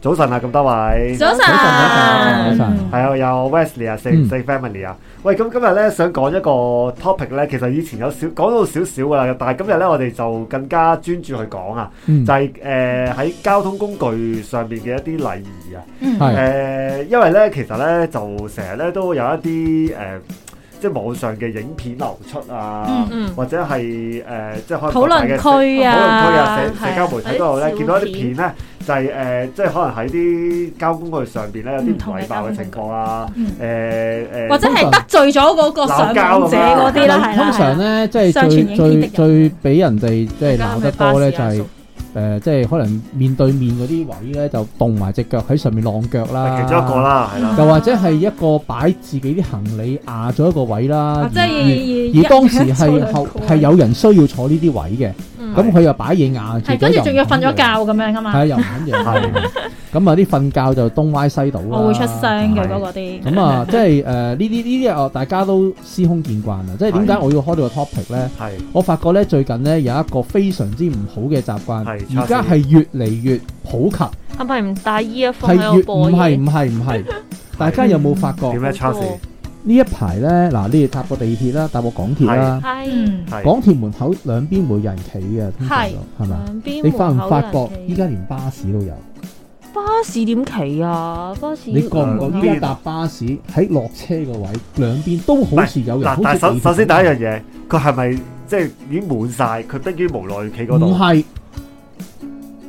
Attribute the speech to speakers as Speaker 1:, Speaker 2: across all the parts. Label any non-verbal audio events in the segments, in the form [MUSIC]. Speaker 1: 早晨啊，咁多位。
Speaker 2: 早晨
Speaker 3: 早晨早晨早晨
Speaker 1: 係啊，有 Wesley 啊，四唔四 family 啊。喂，咁今日咧想講一個 topic 咧，其實以前有少講到少少噶啦，但係今日咧我哋就更加專注去講啊，
Speaker 3: 嗯
Speaker 1: 就係誒喺交通工具上邊嘅一啲禮儀啊。
Speaker 2: 嗯
Speaker 1: 誒、
Speaker 3: 係
Speaker 1: 因為咧，其實咧就成日咧都有一啲誒、即係網上嘅影片流出啊，
Speaker 2: 嗯嗯
Speaker 1: 或者係誒、即係可能各
Speaker 2: 討論
Speaker 1: 大嘅社
Speaker 2: 區啊
Speaker 1: 討論區啊，社
Speaker 2: 係啊
Speaker 1: 社交媒體嗰度
Speaker 2: 或者
Speaker 1: 咧
Speaker 2: 小
Speaker 1: 見到一啲
Speaker 2: 片
Speaker 1: 片咧，就係、誒，即係可能喺啲交通工具上邊咧有
Speaker 2: 唔
Speaker 1: 啲
Speaker 2: 同
Speaker 1: 唔
Speaker 2: 嘅
Speaker 1: 禮貌嘅情況啊，誒誒
Speaker 2: 嗯、
Speaker 1: 呃
Speaker 2: 或者係得罪咗嗰個上網者嗰啲啦，係啦，
Speaker 3: 通常咧，即係
Speaker 2: 上傳
Speaker 3: 最
Speaker 2: 影片的
Speaker 3: 最
Speaker 2: 人
Speaker 3: 最俾人哋即係鬧得多咧，
Speaker 2: 而
Speaker 3: 就
Speaker 2: 家係咪巴士啊
Speaker 3: 係誒，即係可能面對面嗰啲位咧，就動埋只腳喺上面晾腳啦。
Speaker 1: 係其中一個。啦，係啦。
Speaker 3: 又或者係一個擺自己啲行李壓咗一個位啦
Speaker 2: 啊，即係
Speaker 3: 而而當時係後係有人需要坐呢啲位嘅，咁佢又擺嘢壓
Speaker 2: 嗯
Speaker 3: 住，
Speaker 2: 係跟住仲要瞓咗覺，咁樣噶嘛，
Speaker 3: 係又唔肯讓
Speaker 1: 係
Speaker 3: 咁啊啲瞓覺就東歪西倒啦
Speaker 2: 我會出聲嘅嗰個啲。
Speaker 1: [LAUGHS]
Speaker 3: 咁啊，即係誒呢啲呢啲啊，大家都司空見慣啊啦。即係點解
Speaker 1: 係
Speaker 3: 我要開呢個 topic 咧？
Speaker 1: 係
Speaker 3: 我發覺咧最近咧有一個非常之唔好嘅習慣，
Speaker 1: 係
Speaker 3: 而家係越嚟越普及，
Speaker 4: 係咪唔戴 earphone
Speaker 3: 係
Speaker 4: 喺
Speaker 3: 越
Speaker 4: 度播
Speaker 3: 唔係
Speaker 4: 嘢？
Speaker 3: 唔係
Speaker 1: [LAUGHS]
Speaker 3: 唔係，大家有冇發
Speaker 1: 點
Speaker 3: 覺
Speaker 1: 啊
Speaker 3: 呢
Speaker 1: 咧
Speaker 4: 好多
Speaker 1: ，Charles？
Speaker 3: 一排咧？嗱，你哋搭過地鐵啦，搭過港鐵啦，
Speaker 4: 係
Speaker 2: 嗯，
Speaker 1: 係
Speaker 3: 港鐵門口兩邊會有人企嘅，通常都係嘛？
Speaker 4: 兩邊
Speaker 3: 你發唔發
Speaker 4: 門口有人
Speaker 3: 覺
Speaker 4: 企
Speaker 3: 依家連巴士都有？
Speaker 4: 啊巴士點企啊？巴士
Speaker 3: 你覺唔覺依
Speaker 1: 兩
Speaker 3: 家
Speaker 1: 邊
Speaker 3: 搭巴士喺落車個位兩邊都好似有人？
Speaker 1: 嗱，
Speaker 3: 好
Speaker 1: 但
Speaker 3: 似
Speaker 1: 係首
Speaker 3: 地鐵
Speaker 1: 首先第一
Speaker 3: 咁
Speaker 1: 樣嘢，佢係咪即係已經滿晒？佢迫於無奈企嗰度？
Speaker 3: 唔係，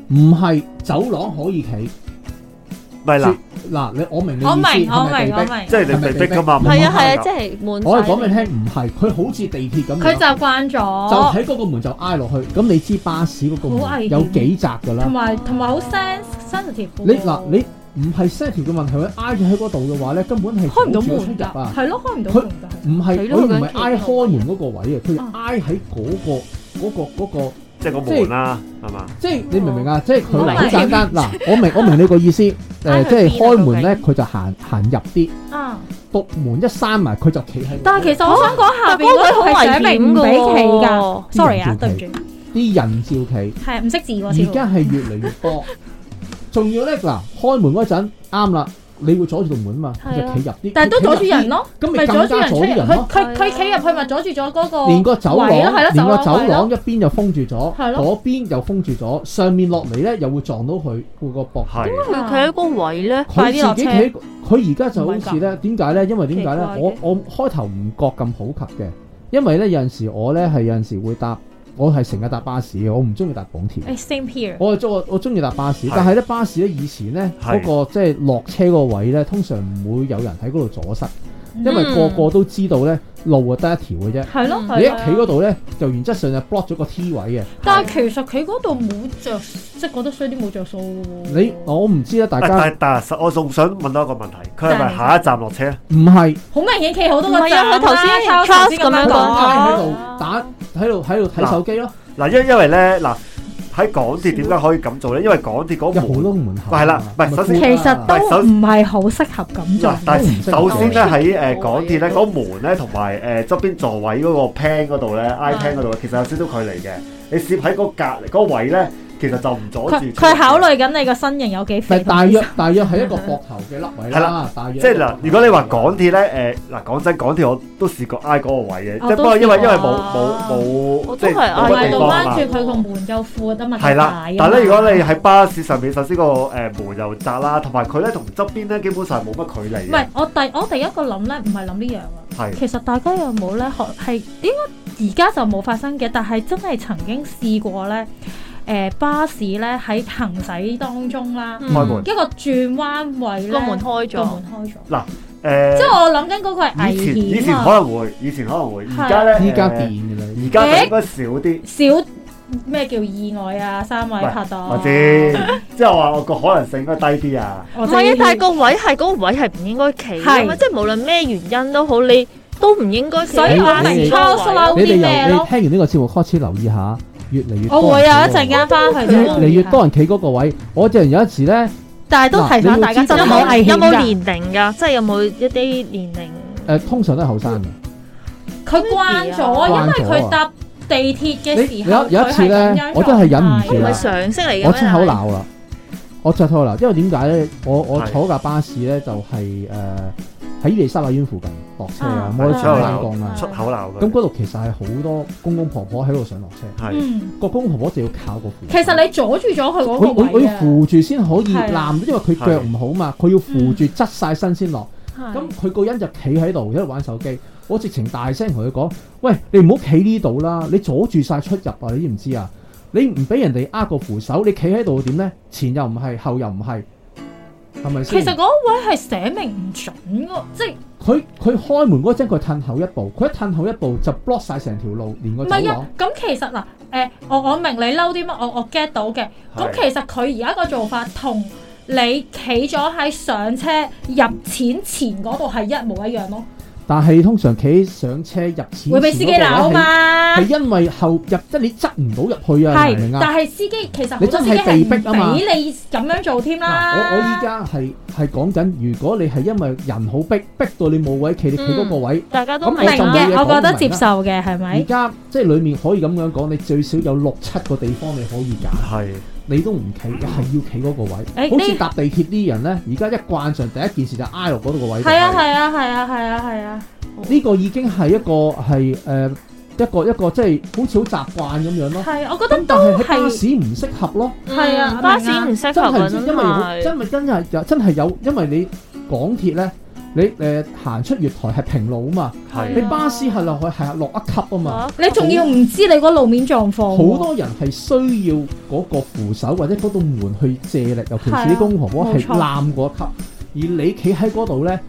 Speaker 3: 唔係走廊可以企。
Speaker 1: 唔係嗱，
Speaker 3: 嗱，你我明你意思，
Speaker 2: 我明
Speaker 3: 係
Speaker 2: 我
Speaker 3: 咪
Speaker 2: 明我
Speaker 3: 被逼？
Speaker 2: 明
Speaker 1: 即，係你被逼噶嘛？
Speaker 3: 係
Speaker 1: 冇辦
Speaker 4: 係啊
Speaker 3: 咪
Speaker 1: 法
Speaker 4: 係啊，
Speaker 1: 㗎
Speaker 4: 即係滿晒。
Speaker 3: 我係講俾你聽，唔係，佢好似地鐵咁
Speaker 2: 佢
Speaker 3: 樣，
Speaker 2: 就慣
Speaker 3: 就
Speaker 2: 咗，
Speaker 3: 喺嗰個門就挨落去。咁你知巴士嗰個
Speaker 2: 好危
Speaker 3: 門
Speaker 2: 險
Speaker 3: 有幾窄㗎
Speaker 2: 同
Speaker 3: 啦？
Speaker 2: 埋同埋好 sense sensitive
Speaker 3: 你嗱，你唔係 set 條嘅問題，佢挨住喺嗰度嘅話咧，根本係
Speaker 2: 開唔到
Speaker 3: 阻住佢
Speaker 2: 門
Speaker 3: 出入
Speaker 2: 㗎，
Speaker 3: 啊！
Speaker 2: 係咯，開唔到門㗎。
Speaker 3: 唔係
Speaker 4: 佢
Speaker 3: 佢
Speaker 4: 都
Speaker 3: 唔
Speaker 4: 會
Speaker 3: 係挨開門嗰個位啊，佢係挨喺嗰個嗰個嗰個，
Speaker 1: 即係個門啦，係嘛？
Speaker 3: 即係你明唔明啊？即係佢
Speaker 2: 我
Speaker 3: 嗱
Speaker 2: 明
Speaker 3: 好簡單嗱，我明我明你個
Speaker 2: [LAUGHS]
Speaker 3: 意思，誒
Speaker 4: 挨去
Speaker 3: 即
Speaker 4: 邊
Speaker 3: 係
Speaker 4: 啊
Speaker 3: 開門咧，
Speaker 4: 究
Speaker 3: 佢就行行入啲。
Speaker 2: 啊！
Speaker 3: 獨門一閂埋，佢就企喺度。
Speaker 2: 但係其實我想講下
Speaker 4: 但
Speaker 2: 邊
Speaker 4: 係嗰
Speaker 2: 嗰
Speaker 4: 個
Speaker 2: 度
Speaker 4: 好危
Speaker 2: 係寫明
Speaker 4: 險
Speaker 2: 唔俾企
Speaker 4: 㗎
Speaker 2: 㗎。
Speaker 4: 喎。
Speaker 2: sorry 啊，對唔住，
Speaker 3: 啲人照企，
Speaker 2: 係唔識字喎，
Speaker 3: 而
Speaker 2: 似
Speaker 3: 家係越嚟越
Speaker 2: [LAUGHS]
Speaker 3: 多。仲要咧嗱，開門嗰陣啱啦，你會阻住道門嘛，
Speaker 4: 係
Speaker 3: 佢
Speaker 4: 啊
Speaker 3: 就企入啲。
Speaker 2: 但係都阻住人
Speaker 3: 咯，
Speaker 2: 咯，
Speaker 3: 咁
Speaker 2: 咪
Speaker 3: 咪
Speaker 2: 阻
Speaker 3: 更
Speaker 2: 住
Speaker 3: 加
Speaker 2: 人
Speaker 3: 阻
Speaker 2: 出
Speaker 3: 住
Speaker 2: 入。
Speaker 3: 人
Speaker 2: 佢
Speaker 3: 咯。
Speaker 2: 佢佢企入去咪阻住咗嗰個
Speaker 3: 連個走廊，
Speaker 2: 位咯，係咯，
Speaker 3: 連個走
Speaker 2: 位
Speaker 3: 廊
Speaker 2: 咯
Speaker 3: 一邊又封住咗，
Speaker 2: 係咯
Speaker 3: 嗰邊又封住咗，上面落嚟咧又會撞到佢佢個膊。
Speaker 1: 係
Speaker 4: 佢企喺嗰個位咧，
Speaker 3: 佢
Speaker 4: 快啲落
Speaker 3: 自己
Speaker 4: 車
Speaker 3: 企。喺，佢而家就好似咧，點解咧？因為點解
Speaker 4: 奇怪？
Speaker 3: 咧
Speaker 4: 嘅
Speaker 3: 我我開頭唔覺咁普及嘅，因為咧有陣時我咧係有陣時會搭，我係成日搭巴士嘅，我唔中意搭港鐵。
Speaker 2: 誒 same here，
Speaker 3: 我係中我我中意搭巴士
Speaker 1: 係，
Speaker 3: 但係咧巴士咧以前咧
Speaker 1: 係
Speaker 3: 嗰、個即係落車個位咧，通常唔會有人喺嗰度阻塞，因為
Speaker 4: 嗯
Speaker 3: 個個都知道咧路啊得一條嘅啫。
Speaker 2: 係咯，
Speaker 3: 你一
Speaker 2: 係啊
Speaker 3: 企嗰度咧，就原則上就 block 咗個 T 位嘅。
Speaker 2: 但係其實佢嗰度冇着，即係覺得衰啲冇着數喎。
Speaker 3: 你我唔知啊啦，大
Speaker 1: 但
Speaker 3: 家
Speaker 1: 但但係我仲想問多一個問題，佢係咪下一站落車？啊
Speaker 3: 唔係
Speaker 2: 好明顯企好多
Speaker 4: 唔
Speaker 2: 個
Speaker 4: 係啊
Speaker 2: 站啦，
Speaker 4: 佢頭先
Speaker 2: 抄
Speaker 4: Charles
Speaker 2: 先咁
Speaker 4: 咁
Speaker 2: 樣
Speaker 4: 樣
Speaker 3: 打
Speaker 4: 講
Speaker 2: 講
Speaker 4: 啊
Speaker 3: 喺度打喺度喺度睇手機咯，
Speaker 1: 嗱，因因為咧嗱，喺港鐵點解可以咁做咧？因為港鐵嗰
Speaker 3: 有好
Speaker 1: 門
Speaker 3: 多門口。啊
Speaker 1: 係啦唔係首先
Speaker 2: 其實
Speaker 1: 都
Speaker 2: 都唔係好適合咁做
Speaker 1: 嗱，。但
Speaker 2: 嗯
Speaker 3: 都唔
Speaker 1: 係
Speaker 3: 識
Speaker 1: 首先咧
Speaker 4: 講
Speaker 1: 喺誒港鐵咧嗰門咧同埋誒側邊座位嗰個 pan 嗰度咧，i
Speaker 2: 啊
Speaker 1: pan 嗰度其實有少少距離嘅。你攝喺嗰隔離嗰位咧，其實就唔阻住。
Speaker 2: 佢佢考慮緊你個身形有幾肥
Speaker 3: 但係，大約大約係一個膊頭嘅凹位
Speaker 1: 係
Speaker 3: 啦，大約
Speaker 1: 即係嗱，如果你話港鐵咧，誒嗱講真，港鐵我都試過挨嗰個位嘅，即係不過因為因為冇冇冇
Speaker 4: 我
Speaker 1: 即
Speaker 4: 都
Speaker 1: 係
Speaker 4: 係
Speaker 2: 同
Speaker 1: 冇乜地
Speaker 2: 埋
Speaker 4: 挨
Speaker 2: 倒
Speaker 1: 方啊
Speaker 2: 翻
Speaker 1: 嘛
Speaker 2: 住。佢個門夠闊啊嘛，
Speaker 1: 係啦
Speaker 2: 咁，大
Speaker 1: 但係
Speaker 2: 啊嘛
Speaker 1: 咧，如果你喺巴士上面，首先個誒門又窄啦，同埋佢咧同側邊咧基本上係冇乜距離嘅
Speaker 2: 唔係，我第我第一個諗咧，唔係諗呢樣啊。
Speaker 1: 係
Speaker 2: 其實大家有冇咧學係應該而家就冇發生嘅，但係真係曾經試過咧，誒、巴士咧喺行駛當中啦，
Speaker 4: 嗯
Speaker 1: 開門
Speaker 2: 一個轉彎位咧，
Speaker 4: 個門開
Speaker 2: 個
Speaker 4: 咗
Speaker 2: 門，開咗，
Speaker 1: 誒。
Speaker 2: 即係我諗緊嗰個係
Speaker 1: 呃以前以
Speaker 2: 危
Speaker 1: 前
Speaker 2: 險
Speaker 1: 可
Speaker 2: 啊，
Speaker 1: 能會，以前可能會，而家咧
Speaker 3: 依家變
Speaker 1: 誒
Speaker 3: 嘅啦。
Speaker 1: 而家就應該少啲。
Speaker 2: 少咩叫意外啊？三位
Speaker 1: 喂
Speaker 2: 拍檔，
Speaker 1: 我知，即係話我個可能性應該低啲啊。
Speaker 2: 我
Speaker 4: 唔
Speaker 2: 知
Speaker 4: 係啊，但係個位係嗰個位係唔應該企㗎嘛，
Speaker 2: 係
Speaker 4: 即係無論咩原因都好，你都唔應該企
Speaker 2: 所以我
Speaker 4: 喺巴士
Speaker 2: 明 c
Speaker 4: 嗰個
Speaker 2: h a
Speaker 4: 位
Speaker 2: r
Speaker 4: 咯
Speaker 3: 你哋由
Speaker 2: 咩
Speaker 3: 你
Speaker 2: 咯？
Speaker 3: 聽完呢個節目開始留意下，越嚟越多
Speaker 2: 我會有一
Speaker 3: 人企嗰個
Speaker 2: 陣間翻去
Speaker 3: 位越嚟越多，人企嗰個位。我就有一次咧，
Speaker 2: 但係都提
Speaker 3: 嗱
Speaker 2: 翻
Speaker 3: 你要
Speaker 2: 大家
Speaker 3: 知道
Speaker 2: 真
Speaker 4: 有
Speaker 2: 係好
Speaker 4: 冇
Speaker 2: 危
Speaker 4: 有
Speaker 2: 險
Speaker 4: 冇
Speaker 2: 㗎。
Speaker 4: 年齡㗎？即係有冇一啲年齡？
Speaker 3: 誒呃通常都係後生嘅。
Speaker 2: 佢慣咗啊，因為佢搭地鐵嘅時
Speaker 3: 你
Speaker 2: 候，
Speaker 3: 有有一次
Speaker 2: 佢係咁
Speaker 3: 咧
Speaker 2: 樣，
Speaker 3: 我真係忍唔住
Speaker 4: 唔
Speaker 3: 啦
Speaker 2: 啊
Speaker 4: 係常識嚟嘅咩
Speaker 3: 我出口鬧啦，我着套啦，因為點解咧？我我
Speaker 1: 係
Speaker 3: 坐架巴士咧就係誒呃喺伊利沙伯醫院附近落車啊，
Speaker 2: 啊
Speaker 3: 冇得
Speaker 1: 係
Speaker 3: 上
Speaker 1: 出口
Speaker 3: 返工
Speaker 1: 鬧
Speaker 3: 啊。
Speaker 1: 出口鬧佢，
Speaker 3: 咁嗰度其實係好多公公婆婆喺度上落車，
Speaker 1: 係
Speaker 2: 嗯，
Speaker 3: 個公公婆婆就要靠個扶手。
Speaker 2: 其實你阻住咗佢嗰
Speaker 3: 我我
Speaker 2: 個
Speaker 3: 我
Speaker 2: 位
Speaker 3: 要
Speaker 2: 啊，
Speaker 3: 扶住先可以
Speaker 2: 係嗯啊
Speaker 3: 攬，因為佢腳唔好嘛，佢要扶住側晒身先落。
Speaker 2: 係
Speaker 3: 咁佢個人就企喺度喺度玩手機，我直情大聲同佢講：，喂，你唔好企呢度啦，你阻住晒出入啊！你知唔知啊？你唔俾人哋呃個扶手，你企喺度點呢？前又唔係，後又唔係，係咪
Speaker 2: 其
Speaker 3: 先？
Speaker 2: 實嗰位係寫明唔準噶，即係
Speaker 3: 佢佢開門嗰陣，佢褪後一步，佢一褪後一步就 block 晒成條路，連個
Speaker 2: 唔
Speaker 3: 走
Speaker 2: 係啊
Speaker 3: 廊。？
Speaker 2: 咁其實嗱，誒，我我明你嬲啲乜，我我 get 到嘅。嗯咁
Speaker 1: 係
Speaker 2: 其實佢而家個做法同你企咗喺上車入錢前嗰度係一模一樣咯，
Speaker 3: 但係通常企上車入錢
Speaker 2: 會俾司機鬧啊嘛。
Speaker 3: 係因為後入即係你擠唔到入去啊，你明
Speaker 2: 係
Speaker 3: 唔明，啊？
Speaker 2: 但係司機其實好多
Speaker 3: 你真
Speaker 2: 司機
Speaker 3: 係
Speaker 2: 係唔
Speaker 3: 被逼啊嘛
Speaker 2: 俾你咁樣做添啦。
Speaker 3: 嗱，我我依家係係講緊，如果你係因為人好逼，逼到你冇位企，
Speaker 2: 嗯
Speaker 3: 你企嗰個位，
Speaker 4: 大家都
Speaker 3: 咁
Speaker 4: 明
Speaker 3: 我
Speaker 4: 嘅
Speaker 3: 就冇嘢
Speaker 2: 明嘅，我覺得
Speaker 3: 講
Speaker 2: 接受嘅係
Speaker 3: 而
Speaker 2: 咪？
Speaker 3: 家、即係裡面可以咁樣講，你最少有六七個地方你可以揀，
Speaker 1: 係
Speaker 3: 你都唔企，係要企嗰個位。
Speaker 2: 嗯誒
Speaker 3: 好似
Speaker 2: 呢
Speaker 3: 搭地鐵啲人呢，而家一慣上第一件事就挨落嗰度個位度。
Speaker 2: 係啊係啊係啊係啊係啊，
Speaker 3: 呢個已經係一個係誒、呃一個一個即係好似好習慣咁樣咯。
Speaker 2: 係我覺得
Speaker 3: 咁但
Speaker 2: 都
Speaker 3: 係喺巴
Speaker 2: 係
Speaker 3: 士唔適合咯。
Speaker 2: 係啊
Speaker 4: 嗯巴士唔適
Speaker 3: 真
Speaker 4: 合
Speaker 3: 係
Speaker 4: 啊，
Speaker 3: 唔知
Speaker 4: 真
Speaker 3: 因為好
Speaker 4: 係。
Speaker 3: 真係真係有真係有，因為你港鐵咧，你誒行出月台係平路啊嘛，你
Speaker 1: 係
Speaker 2: 啊
Speaker 3: 巴士係落去係落一級啊嘛，
Speaker 2: 你仲要唔知你嗰路面狀況
Speaker 3: 好
Speaker 2: 喎。
Speaker 3: 多人係需要嗰個扶手或者嗰道門去借力，尤其
Speaker 2: 係
Speaker 3: 是
Speaker 2: 啊
Speaker 3: 啲公婆婆係
Speaker 2: 冇錯
Speaker 3: 攬嗰一級，而你企喺嗰度咧，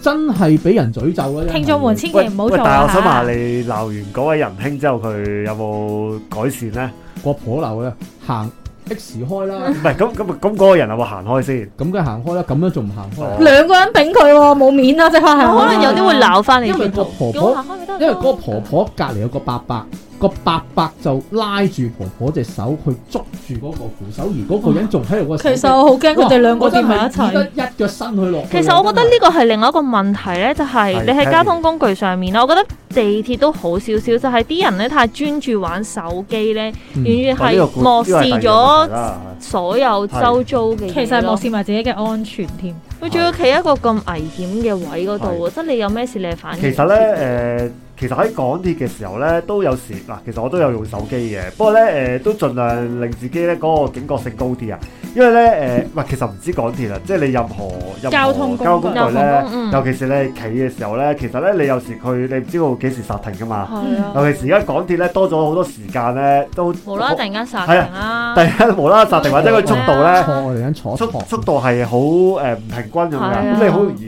Speaker 3: 真係俾人詛咒啦。因為
Speaker 2: 聽眾們千祈
Speaker 1: 喂
Speaker 2: 唔好
Speaker 1: 喂
Speaker 2: 做
Speaker 1: 但係我想
Speaker 2: 啊
Speaker 1: 問！你鬧完嗰位仁兄之後，佢有冇改善咧？
Speaker 3: 個婆樓咧行 X 開啦，
Speaker 1: 唔係咁咁咁嗰個人有冇行開先？
Speaker 3: 咁梗係行開啦，咁樣仲唔行開啊？
Speaker 2: 兩個人頂佢喎，冇面啦，即係
Speaker 4: 可能有啲會。鬧翻你
Speaker 3: 因為
Speaker 4: 轉
Speaker 3: 個
Speaker 4: 頭。
Speaker 3: 婆婆。因為嗰個婆婆隔離有個伯伯，個伯伯就拉住婆婆隻手去捉住嗰個扶手，而嗰個人仲喺度個
Speaker 2: 其
Speaker 3: 手
Speaker 2: 實我好驚佢哋兩個掂埋一
Speaker 3: 哇我真
Speaker 2: 齊。
Speaker 3: 係只得一腳伸佢落去
Speaker 4: 其
Speaker 3: 啊。
Speaker 4: 實我覺得呢個係另外一個問題咧，就係、
Speaker 1: 係
Speaker 4: 你喺交通工具上面啦，我覺得地鐵都好少少，就係、啲人咧太專注玩手機咧，
Speaker 3: 嗯
Speaker 4: 遠遠
Speaker 1: 哇呢個
Speaker 4: 係
Speaker 1: 故
Speaker 4: 漠視
Speaker 1: 呢個係第二個問題
Speaker 4: 咗
Speaker 1: 啦
Speaker 4: 所有周遭嘅嘢咯。
Speaker 2: 其實係漠視埋自己嘅安全添。
Speaker 4: 佢仲要企一個咁危險嘅位嗰度喎，即係你有咩事你係反應
Speaker 1: 其實咧，誒、其實喺港鐵嘅時候咧，都有時嗱，其實我都有用手機嘅，不過咧，誒、都盡量令自己咧嗰、個警覺性高啲啊，因為咧，誒、喂，其實唔止港鐵啊，即係你任何任何
Speaker 2: 交通工具
Speaker 1: 交通工具咧
Speaker 4: 交通工具嗯，
Speaker 1: 尤其是你係企嘅時候咧，其實咧，你有時佢你唔知道幾時煞停噶嘛，
Speaker 4: 係啊，
Speaker 1: 尤其是而家港鐵咧多咗好多時間咧，都
Speaker 4: 無啦啦突然間殺停啦
Speaker 1: 突，然間無啦啦煞停或者佢速度
Speaker 2: 嗯
Speaker 1: 咧。
Speaker 3: 錯，哦我哋緊坐一
Speaker 1: 速
Speaker 3: 坐
Speaker 1: 速度係好誒唔平均咁樣，
Speaker 4: 係啊
Speaker 1: 咁你好容易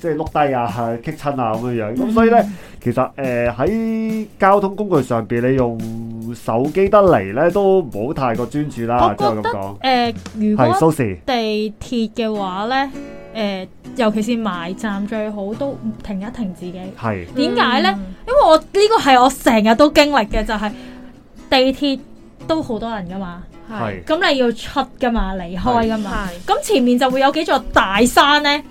Speaker 1: 即係碌低啊、係棘親啊咁樣樣。咁所以咧，其實誒喺交通工具上邊，你用手機得嚟咧都唔好太過專注啦
Speaker 2: 我，
Speaker 1: 即係
Speaker 2: 覺
Speaker 1: 咁
Speaker 2: 得
Speaker 1: 講。
Speaker 2: 誒，
Speaker 1: 係
Speaker 2: 如果
Speaker 1: 蘇士，
Speaker 2: 地鐵嘅話咧，誒，尤其是埋站最好都停一停自己，因
Speaker 1: 係
Speaker 2: 點解呢
Speaker 4: 嗯？
Speaker 2: 為我呢個係我成日都經歷嘅，就係地鐵都好多人噶嘛，
Speaker 1: 係
Speaker 2: 咁你要出噶嘛，離開噶嘛。
Speaker 4: 係
Speaker 2: 咁前面就會有幾座大山咧，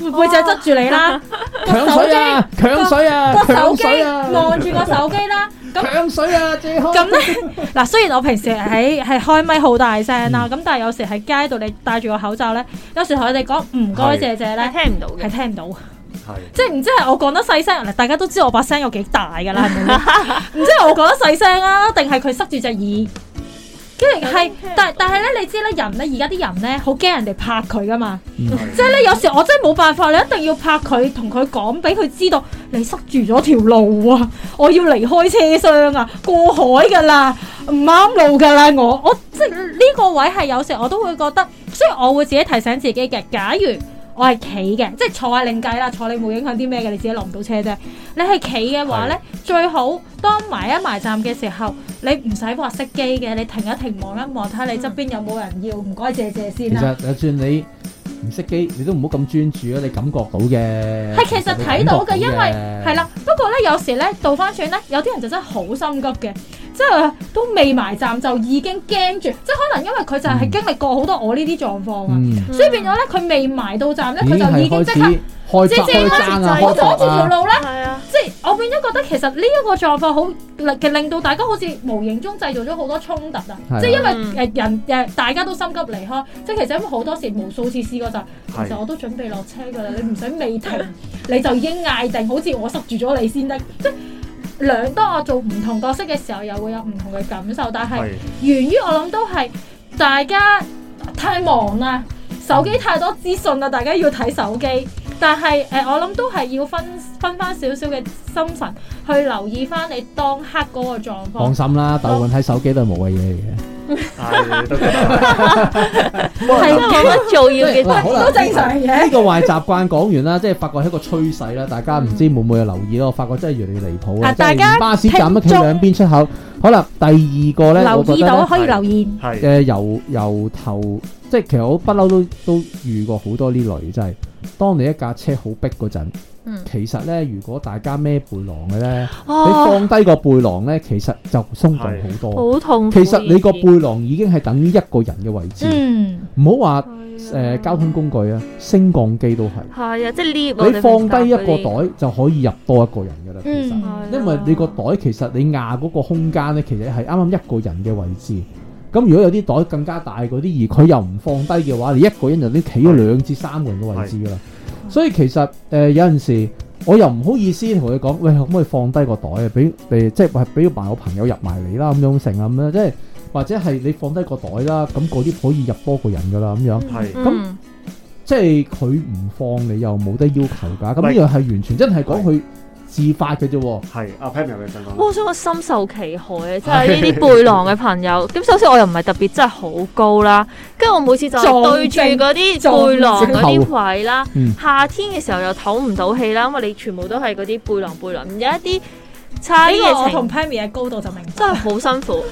Speaker 2: 會就側住你啦，
Speaker 3: 搶水啊！搶水啊！
Speaker 2: 個手
Speaker 3: 搶
Speaker 2: 機
Speaker 3: 水啊！
Speaker 2: 望住個手機啦。咁
Speaker 3: 搶水啊！借開
Speaker 2: 咁
Speaker 3: [LAUGHS]
Speaker 2: 咧，嗱，雖然我平時喺係開咪好大聲
Speaker 3: 嗯
Speaker 2: 啦，咁但係有時喺街度你戴住個口罩咧，有時同佢哋講唔該
Speaker 1: 係
Speaker 2: 謝謝
Speaker 4: 但
Speaker 2: 咧，
Speaker 4: 係聽唔到
Speaker 2: 係
Speaker 4: 嘅，
Speaker 2: 聽唔到。
Speaker 1: 係
Speaker 2: 即係唔知係我講得細聲，嗱大家都知道我把聲有幾大㗎啦，係咪先？唔知係我講得細聲啊，定係佢塞住隻耳？跟住係，但但係咧，你知咧人咧，而家啲人咧好驚人哋拍佢㗎嘛。即係咧，有時我真係冇辦法，你一定要拍佢，同佢講俾佢知道，你塞住咗條路啊！我要離開車廂啊，過海㗎啦，唔啱路㗎啦，我我即係呢個位係有時我都會覺得，雖然我會自己提醒自己嘅，假如。我係企嘅，即係坐係另計啦，坐你冇影響啲咩嘅，你自己落唔到車啫。你係企嘅話呢，最好當埋一埋站嘅時候，你唔使話熄機嘅，你停一停望一望，睇下你側邊有冇人要，唔該謝謝
Speaker 3: 其
Speaker 2: 先啦。
Speaker 3: 實就算你唔識機，你都唔好咁專注啊！你感覺到嘅
Speaker 2: 係其實睇到嘅，因為係
Speaker 3: 係
Speaker 2: 啦。不過咧，有時咧倒翻轉咧，有啲人就真係好心急嘅，即係都未埋站就已經驚住，即係可能因為佢就係經歷過好多我呢啲狀況啊，
Speaker 3: 嗯，
Speaker 2: 所以變咗咧佢未埋到站咧，佢就已
Speaker 3: 已經
Speaker 2: 經
Speaker 3: 係
Speaker 2: 即
Speaker 3: 開
Speaker 2: 刻
Speaker 3: 始開
Speaker 2: 即係
Speaker 3: 閘
Speaker 2: 即係
Speaker 3: 開
Speaker 2: 開始
Speaker 3: 爭啊，
Speaker 2: 我
Speaker 3: 開
Speaker 2: 就好似條
Speaker 3: 閘啊，
Speaker 2: 路咧，
Speaker 4: 係啊，
Speaker 2: 即係我變咗覺得其實呢一個狀況好令其實令到大家好似無形中製造咗好多衝突啊！
Speaker 3: 係啊
Speaker 2: 即係因
Speaker 4: 嗯
Speaker 2: 為誒人誒大家都心急離開，即係其實因為好多時無數次試過就係
Speaker 1: 係
Speaker 2: 其實我都準備落車㗎啦，你唔使未停你就已經嗌定，好似我塞住咗你先得，即係。兩當我做唔同角色嘅時候，又會有唔同嘅感受，但係
Speaker 1: 係
Speaker 2: 源於我諗都係大家太忙啦，手機太多資訊啦，大家要睇手機。但係誒、呃我諗都係要分分翻少少嘅心神去留意翻你當刻嗰個狀
Speaker 3: 放
Speaker 2: 況。
Speaker 3: 心啦，鬥運喺手機都係無謂嘢嚟嘅。
Speaker 2: [LAUGHS]
Speaker 1: 係都得嘅不過
Speaker 4: 即係冇乜做要
Speaker 3: 即係嗱
Speaker 4: 嘅，
Speaker 3: 好啦
Speaker 2: 都正常嘅
Speaker 3: 呢，個壞習慣講完啦，即係發覺係一個趨勢啦，大家唔知會唔會有留意咯？我發覺真係越嚟越離譜啦！
Speaker 2: 啊
Speaker 3: 即係連
Speaker 2: 大家
Speaker 3: 巴士站都企
Speaker 2: 聽眾
Speaker 3: 兩邊出口。好啦，第二個咧，我
Speaker 2: 留
Speaker 3: 覺
Speaker 2: 意
Speaker 3: 得
Speaker 2: 到
Speaker 3: 咧
Speaker 2: 可以留意。
Speaker 1: 係
Speaker 3: 誒由由頭，即係其實我不嬲都都遇過好多呢類，真係當你一架車好逼嗰陣，
Speaker 4: 嗯，
Speaker 3: 其實咧如果大家孭背囊嘅咧，你
Speaker 4: 哦，
Speaker 3: 放低個背囊咧，其實就鬆動好多。
Speaker 4: 好痛苦
Speaker 3: 其
Speaker 4: 已經。
Speaker 3: 實你個背囊已經係等於一個人嘅位置，
Speaker 2: 嗯，
Speaker 3: 唔好話
Speaker 4: 係啊
Speaker 3: 誒交通工具啊，升降機都係。
Speaker 4: 係啊，即係 lift 啊
Speaker 3: 你放低一
Speaker 4: 明白
Speaker 3: 個，
Speaker 4: 嗰啲
Speaker 3: 袋就可以入多一個人㗎啦，其實，
Speaker 2: 嗯
Speaker 4: 係啊
Speaker 3: 因為你個袋其實你壓嗰個空間咧，其實係啱啱一個人嘅位置。咁如果有啲袋更加大嗰啲，而佢又唔放低嘅話，你一個人就都企咗兩至三個人嘅位置㗎啦。所以其實誒、呃有陣時我又唔好意思同佢講，喂可唔可以放低個袋啊？俾俾即係俾埋我朋友入埋嚟啦，咁樣成啊咁樣，即係或者係你放低個袋啦，咁嗰啲可以入多個人㗎啦，咁樣。
Speaker 1: 係
Speaker 4: 嗯
Speaker 3: 咁即係佢唔放你又冇得要求㗎，咁呢
Speaker 1: 喂
Speaker 3: 樣係完全真係講佢自發嘅啫喎。
Speaker 1: 係阿 Pam 有嘢想講。
Speaker 4: 我想我深受其害啊！即係呢啲背囊嘅朋
Speaker 3: [LAUGHS]
Speaker 4: 友，咁首先我又唔係特別真係好高啦，跟住我每次就係對住嗰啲背囊嗰啲位啦
Speaker 3: 嗯，
Speaker 4: 夏天嘅時候又唞唔到氣啦，因為你全部都係嗰啲背囊背囊，有一啲差啲
Speaker 2: 嗯呢個我
Speaker 4: 嘅
Speaker 2: 同
Speaker 4: 情
Speaker 2: Pammy 嘅高度就明白。
Speaker 4: 真係好辛苦。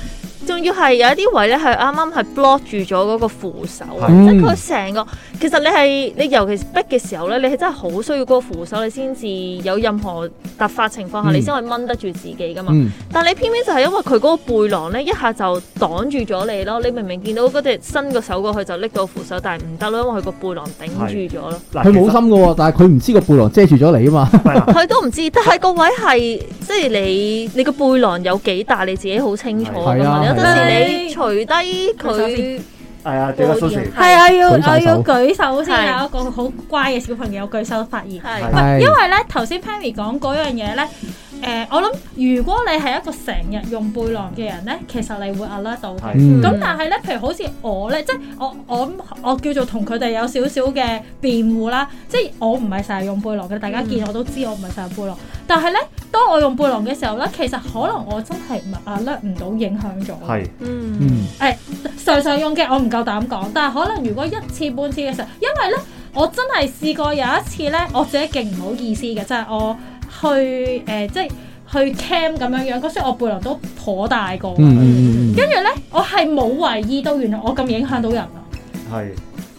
Speaker 4: 仲要係有一啲位咧，係啱啱係 block 住咗嗰個扶手啊，
Speaker 3: 嗯
Speaker 4: 即係佢成個其實你係你尤其是逼嘅時候咧，你係真係好需要嗰個扶手，你先至有任何突發情況下，
Speaker 3: 嗯
Speaker 4: 你先可以掹得住自己噶嘛。
Speaker 3: 嗯，
Speaker 4: 但你偏偏就係因為佢嗰個背囊咧，一下就擋住咗你咯。你明明見到嗰隻伸個手過去就拎到扶手，但係唔得咯，因為佢個背囊頂住咗咯。
Speaker 1: 嗱
Speaker 3: 佢
Speaker 1: 其實
Speaker 3: 冇心嘅喎，但係佢唔知個背囊遮住咗你啊嘛。
Speaker 4: [LAUGHS]
Speaker 1: 唔係啦 [LAUGHS]
Speaker 4: 佢都唔知，但係個位係即係你你個背囊有幾大，你自己好清楚噶
Speaker 3: 係
Speaker 4: 嘛。
Speaker 3: 啊
Speaker 4: 你有
Speaker 3: 係啊
Speaker 4: 陣時你除低佢
Speaker 1: 係啊，
Speaker 4: 個
Speaker 1: 點啊，Susie？
Speaker 2: 係啊，要我
Speaker 4: 哎
Speaker 3: 舉晒手
Speaker 2: 要舉手先啊
Speaker 4: 係
Speaker 2: 有一個好乖嘅小朋友舉手發言。
Speaker 4: 係
Speaker 1: 係
Speaker 3: 係
Speaker 2: 因為咧頭先 Pammy 講嗰樣嘢咧，誒、我諗如果你係一個成日用背囊嘅人咧，其實你會 alert 到嘅。
Speaker 1: 係
Speaker 4: 嗯
Speaker 2: 咁但係咧，譬如好似我咧，即係我我我叫做同佢哋有少少嘅辯護啦，即係我唔係成日用背囊嘅，大
Speaker 1: 嗯
Speaker 2: 家見我都知我唔係成日背囊。但係咧，當我用背囊嘅時候咧，其實可能我真係唔 alert 唔到影響咗。
Speaker 1: 係
Speaker 3: 嗯
Speaker 4: 嗯，
Speaker 2: 常常用嘅我唔夠膽講，但係可能如果一次半次嘅時候，因為咧我真係試過有一次咧，我自己勁唔好意思嘅，就係、我去誒、呃即係去 cam 咁樣樣，嗰時我背囊都頗大個，
Speaker 3: 嗯嗯嗯嗯，
Speaker 2: 跟住咧我係冇為意到原來我咁影響到人啊，
Speaker 1: 係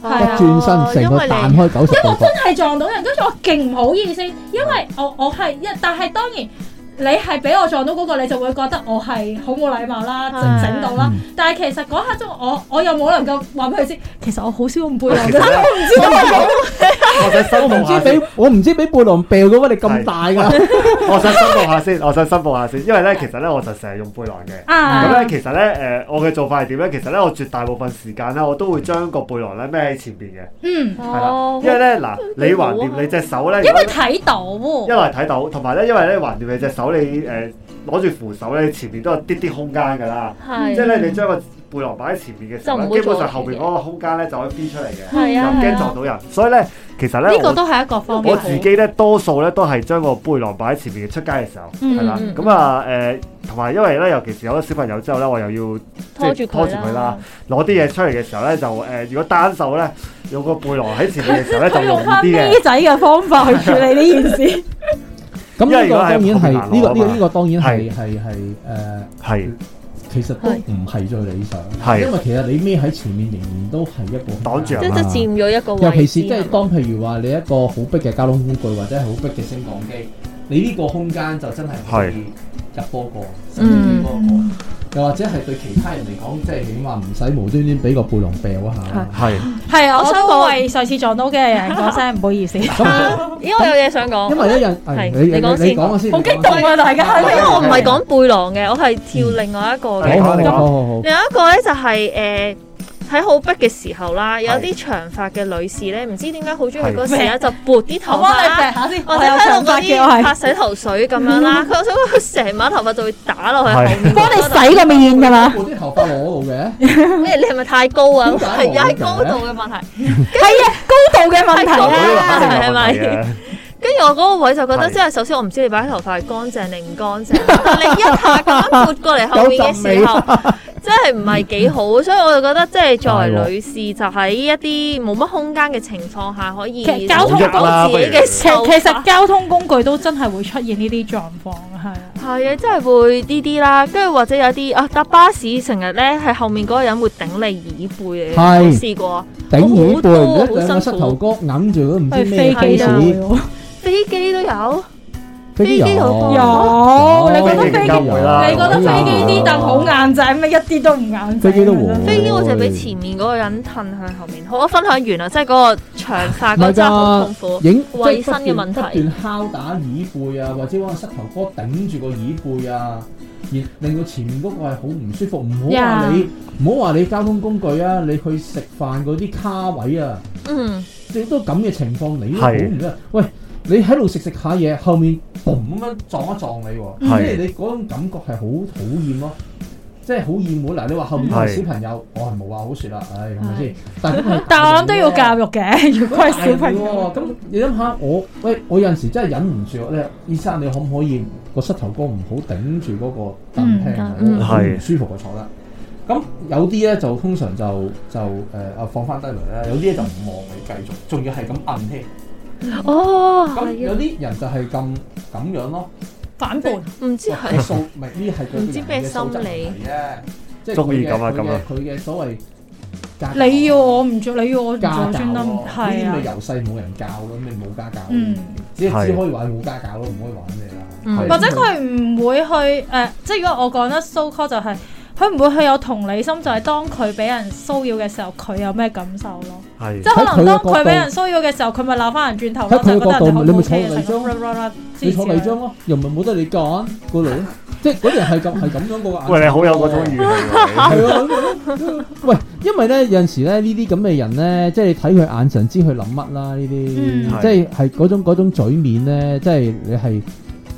Speaker 2: 係啊
Speaker 3: 一轉身成個彈開九十度角，
Speaker 2: 真係撞到人，跟住我勁唔好意思，因為我我係一，但係當然。你係俾我撞到嗰、個，你就會覺得我係好冇禮貌啦，整
Speaker 4: 係
Speaker 2: 整到啦。
Speaker 3: 嗯
Speaker 2: 但係其實嗰刻中，我我又冇能夠話俾佢知，其實我好少用背
Speaker 1: 我
Speaker 2: 囊
Speaker 1: 其
Speaker 2: 嘅
Speaker 1: 實。咧，我想申
Speaker 3: 我唔
Speaker 1: 報下
Speaker 3: 知
Speaker 1: 先
Speaker 3: 俾我唔知俾背囊掉嘅喂，你咁大㗎，
Speaker 1: 我想申報下先，我想申報下先，因為咧其實咧我就成日用背囊嘅。
Speaker 2: [LAUGHS] 啊，
Speaker 1: 咁咧其實咧誒，我嘅做法係點咧？其實咧我絕大部分時間咧，我都會將個背囊咧孭喺前邊嘅，
Speaker 2: 嗯，
Speaker 1: 係啦
Speaker 4: 哦，啊
Speaker 1: 因為咧嗱，你橫掂你隻手咧，如
Speaker 2: 因
Speaker 1: 果
Speaker 2: 為睇到，
Speaker 1: 一來睇到，同埋咧因為咧橫掂你隻手你誒攞住扶手咧，前面都有啲啲空間㗎啦。
Speaker 4: 係
Speaker 1: 即係咧，你將個背囊擺喺前面嘅時候
Speaker 4: 就唔會
Speaker 1: 咧，基本上
Speaker 4: 阻
Speaker 1: 後
Speaker 4: 住
Speaker 1: 邊嗰個空間咧就可以飛出嚟嘅，
Speaker 4: 係
Speaker 1: 又
Speaker 4: 啊
Speaker 1: 唔
Speaker 4: 係啊
Speaker 1: 驚撞到人。所以咧，其實咧
Speaker 2: 呢個都係一個
Speaker 1: 我
Speaker 2: 方
Speaker 1: 我
Speaker 2: 面。
Speaker 1: 自己咧多數咧都係將個背囊擺喺前面嘅出街嘅時候，
Speaker 2: 嗯
Speaker 1: 係啦
Speaker 4: 嗯。
Speaker 1: 咁啊誒，同埋因為咧，尤其是有咗小朋友之後咧，我又要
Speaker 4: 拖
Speaker 1: 即
Speaker 4: 住
Speaker 1: 係拖住佢啦，攞啲嘢出嚟嘅時候咧，就誒如果單手咧用個背囊喺前面嘅時候咧就
Speaker 2: 佢
Speaker 1: 容
Speaker 2: 用
Speaker 1: 易
Speaker 2: 翻
Speaker 1: 啲
Speaker 2: B
Speaker 1: 嘅，
Speaker 2: 仔嘅方法去處理呢件事，
Speaker 3: 咁呢個當然
Speaker 1: 因為如果係
Speaker 3: 係
Speaker 1: 後
Speaker 3: 呢個呢
Speaker 1: 面
Speaker 3: 個呢個當然係
Speaker 1: 係
Speaker 3: 係係誒。
Speaker 1: 係
Speaker 3: 其實都唔係最理想，
Speaker 1: 係
Speaker 3: 因為其實你孭喺前面仍然都係一個
Speaker 1: 擋住
Speaker 4: 即
Speaker 1: 人
Speaker 4: 係即係佔咗一個位置
Speaker 3: 尤其是即係當譬如話你一個好逼嘅交通工具或者係好逼嘅升降機，你呢個空間就真係可以入多個，甚至多個。又或者係對其他人嚟講，即係起碼唔使無端端俾個背囊掉一下。
Speaker 1: 係
Speaker 2: [LAUGHS] 係啊，
Speaker 4: 我
Speaker 2: 我
Speaker 4: 想
Speaker 2: 都
Speaker 4: 講
Speaker 2: 為上次撞到嘅人講聲唔好 [LAUGHS] 意思，好
Speaker 3: 咁
Speaker 4: 咦，我有嘢想講，
Speaker 3: 因為一樣，
Speaker 4: 係
Speaker 3: 係你
Speaker 4: 你
Speaker 3: 你
Speaker 4: 講
Speaker 3: 你
Speaker 4: 先
Speaker 3: 講我先，你
Speaker 2: 激
Speaker 3: 講
Speaker 2: 動啊！大家 [LAUGHS]
Speaker 4: 唔係因為我唔
Speaker 1: 係
Speaker 4: 係講背囊嘅，我係跳另外一個
Speaker 1: 你
Speaker 4: 嘅。
Speaker 1: 講
Speaker 3: 好好
Speaker 1: 你講
Speaker 3: 好好好，
Speaker 4: 另外一個咧就係誒喺好逼嘅時候啦，有啲長髮嘅女士咧，唔知點解好中意嗰時咧就撥啲
Speaker 2: 我
Speaker 4: 頭
Speaker 2: 幫你
Speaker 4: 髮啦，
Speaker 2: 啊劈下先，
Speaker 4: 或
Speaker 2: 我
Speaker 4: 者
Speaker 2: 有
Speaker 4: 喺
Speaker 2: 長
Speaker 4: 度
Speaker 2: 髮
Speaker 4: 嗰
Speaker 2: 嘅我
Speaker 4: 啲
Speaker 2: 係
Speaker 4: 拍。洗頭水咁樣
Speaker 2: [LAUGHS]
Speaker 4: 啦。佢我想講佢成晚頭髮就會打落去後面。
Speaker 2: 幫你洗個面㗎啦，
Speaker 3: 我啲頭髮攞到嘅，
Speaker 4: 咩？ [LAUGHS] 你係咪太高啊？
Speaker 3: 點解
Speaker 4: 係
Speaker 3: 我
Speaker 4: 係
Speaker 3: 咁
Speaker 4: 高
Speaker 3: 嘅
Speaker 4: 度嘅問題。
Speaker 2: 係啊，高度嘅問題
Speaker 4: 係高度
Speaker 2: 啦。
Speaker 4: 啊係咪
Speaker 1: 係
Speaker 4: 跟住我嗰個位就覺得，
Speaker 1: 係
Speaker 4: 即係首先我唔知你擺頭髮係乾淨定唔乾淨， [LAUGHS] 但你一下咁樣撥過嚟後面嘅
Speaker 3: 啊
Speaker 4: 時候， [LAUGHS] 真係唔係幾好，
Speaker 3: [LAUGHS]
Speaker 4: 所以我就覺得即係作為女士，就喺一啲冇乜空間嘅情況下，可以
Speaker 2: 其實交通啊
Speaker 4: 保護自己嘅
Speaker 2: 其
Speaker 4: 手
Speaker 2: 其實交通工具都真係會出現呢啲狀況，係啊。
Speaker 4: 係啊，真係會呢啲啦，跟住或者有啲啊搭巴士成日咧，係後面嗰個人會頂你耳背嘅，你有
Speaker 3: 係
Speaker 4: 冇試過啊？
Speaker 3: 頂耳背，
Speaker 4: 好多
Speaker 3: 唔知兩個膝頭哥揞住都唔知
Speaker 2: 去
Speaker 3: 咩
Speaker 2: 飛
Speaker 3: 飛
Speaker 2: 機都
Speaker 3: 士，
Speaker 2: 會喎
Speaker 4: 飛機都有，
Speaker 3: 飛機
Speaker 4: 飛機好多
Speaker 2: 有，你覺得飛
Speaker 1: 飛
Speaker 2: 機
Speaker 1: 機？啦
Speaker 2: 你覺得飛機啲凳好硬仔咩？一啲都唔硬仔。
Speaker 3: 啊飛機都和
Speaker 4: 飛機我就係俾前面嗰個人褪向後面。好，我分享完啦，即係嗰個長髮嗰個真係好痛苦。
Speaker 3: 影
Speaker 4: 衛生嘅問題
Speaker 3: 不斷敲打耳背啊，或者揾個膝頭哥頂住個耳背啊，而令到前面嗰個係好唔舒服。唔好話
Speaker 2: Yeah
Speaker 3: 你，唔好話你交通工具啊，你去食飯嗰啲卡位啊，
Speaker 4: 嗯，
Speaker 3: 你都咁嘅情況，你都好
Speaker 1: 係
Speaker 3: 唔得。喂，你喺度食食下嘢，後面嘣咁樣撞一撞你喎，即
Speaker 1: 係
Speaker 3: 係你嗰種感覺係好討厭咯。即係好厭惡嗱，你話後面有
Speaker 1: 係
Speaker 3: 小朋友，我係冇話好説啦，唉，係咪
Speaker 4: 係
Speaker 3: 先？但係咁係
Speaker 2: 但係我諗都要
Speaker 3: 大人
Speaker 2: 教
Speaker 3: 喎
Speaker 2: 育嘅，如果係小朋友。
Speaker 3: 係喎啊咁你諗下，我喂，我有陣時真係忍唔住，咧，醫生你可唔可以個膝頭哥唔好頂住嗰個凳聽啊？
Speaker 4: 嗯
Speaker 3: 我好唔
Speaker 1: 係
Speaker 3: 舒服個坐得。咁有啲咧就通常就就誒啊放翻低嚟啦，有啲咧就唔望你繼續，仲要係咁摁添。
Speaker 4: 哦，
Speaker 3: 咁
Speaker 4: 係
Speaker 3: 有
Speaker 4: 啊，
Speaker 3: 啲人就係咁咁樣咯，
Speaker 2: 反叛，
Speaker 4: 唔知
Speaker 3: 個
Speaker 4: 係
Speaker 3: 素咪呢係對
Speaker 4: 唔知咩
Speaker 3: 人嘅素質
Speaker 4: 心理
Speaker 3: 問題啫，即係
Speaker 1: 中意
Speaker 3: 佢嘅
Speaker 1: 咁啊
Speaker 3: 佢
Speaker 1: 咁啊
Speaker 3: 嘅佢嘅所謂家教
Speaker 2: 你要我唔做，你要我唔做，
Speaker 3: 家教
Speaker 2: 專登
Speaker 3: 咯，
Speaker 2: 唔
Speaker 3: 呢
Speaker 2: 係
Speaker 3: 啲咪
Speaker 2: 啊。
Speaker 3: 由細冇人教咁，你冇家教。
Speaker 2: 嗯，
Speaker 3: 只只
Speaker 1: 係
Speaker 3: 可以話冇家教咯，唔可以玩你啦。
Speaker 4: 嗯
Speaker 3: 係
Speaker 2: 或者佢唔會去誒，即係如果我講得 so call 就係，佢唔會去有同理心，就係當佢俾人騷擾嘅時候，佢有咩感受咯？
Speaker 1: 係
Speaker 2: 即係可能當
Speaker 3: 喺佢嘅角
Speaker 2: 佢
Speaker 3: 度
Speaker 2: 俾人騷擾嘅時候，佢咪鬧翻人轉頭
Speaker 3: 喺
Speaker 2: 咯，
Speaker 3: 佢嘅
Speaker 2: 就覺得人哋好
Speaker 3: 角度
Speaker 2: 唔
Speaker 3: 你咪
Speaker 2: OK 嘅
Speaker 3: 坐泥
Speaker 2: 成啦啦
Speaker 3: 你坐
Speaker 4: 啊
Speaker 3: 泥漿咯，又唔係冇得你揀嗰度，即係嗰啲人係咁係咁樣嗰個眼神。
Speaker 1: 喂，你好有嗰種語氣喎，
Speaker 3: 係啊！喂，因為咧有陣時咧呢啲咁嘅人咧，即係你睇佢眼神知佢諗乜啦，呢
Speaker 2: 嗯
Speaker 3: 啲即係係嗰種嗰種嘴面咧，即係你係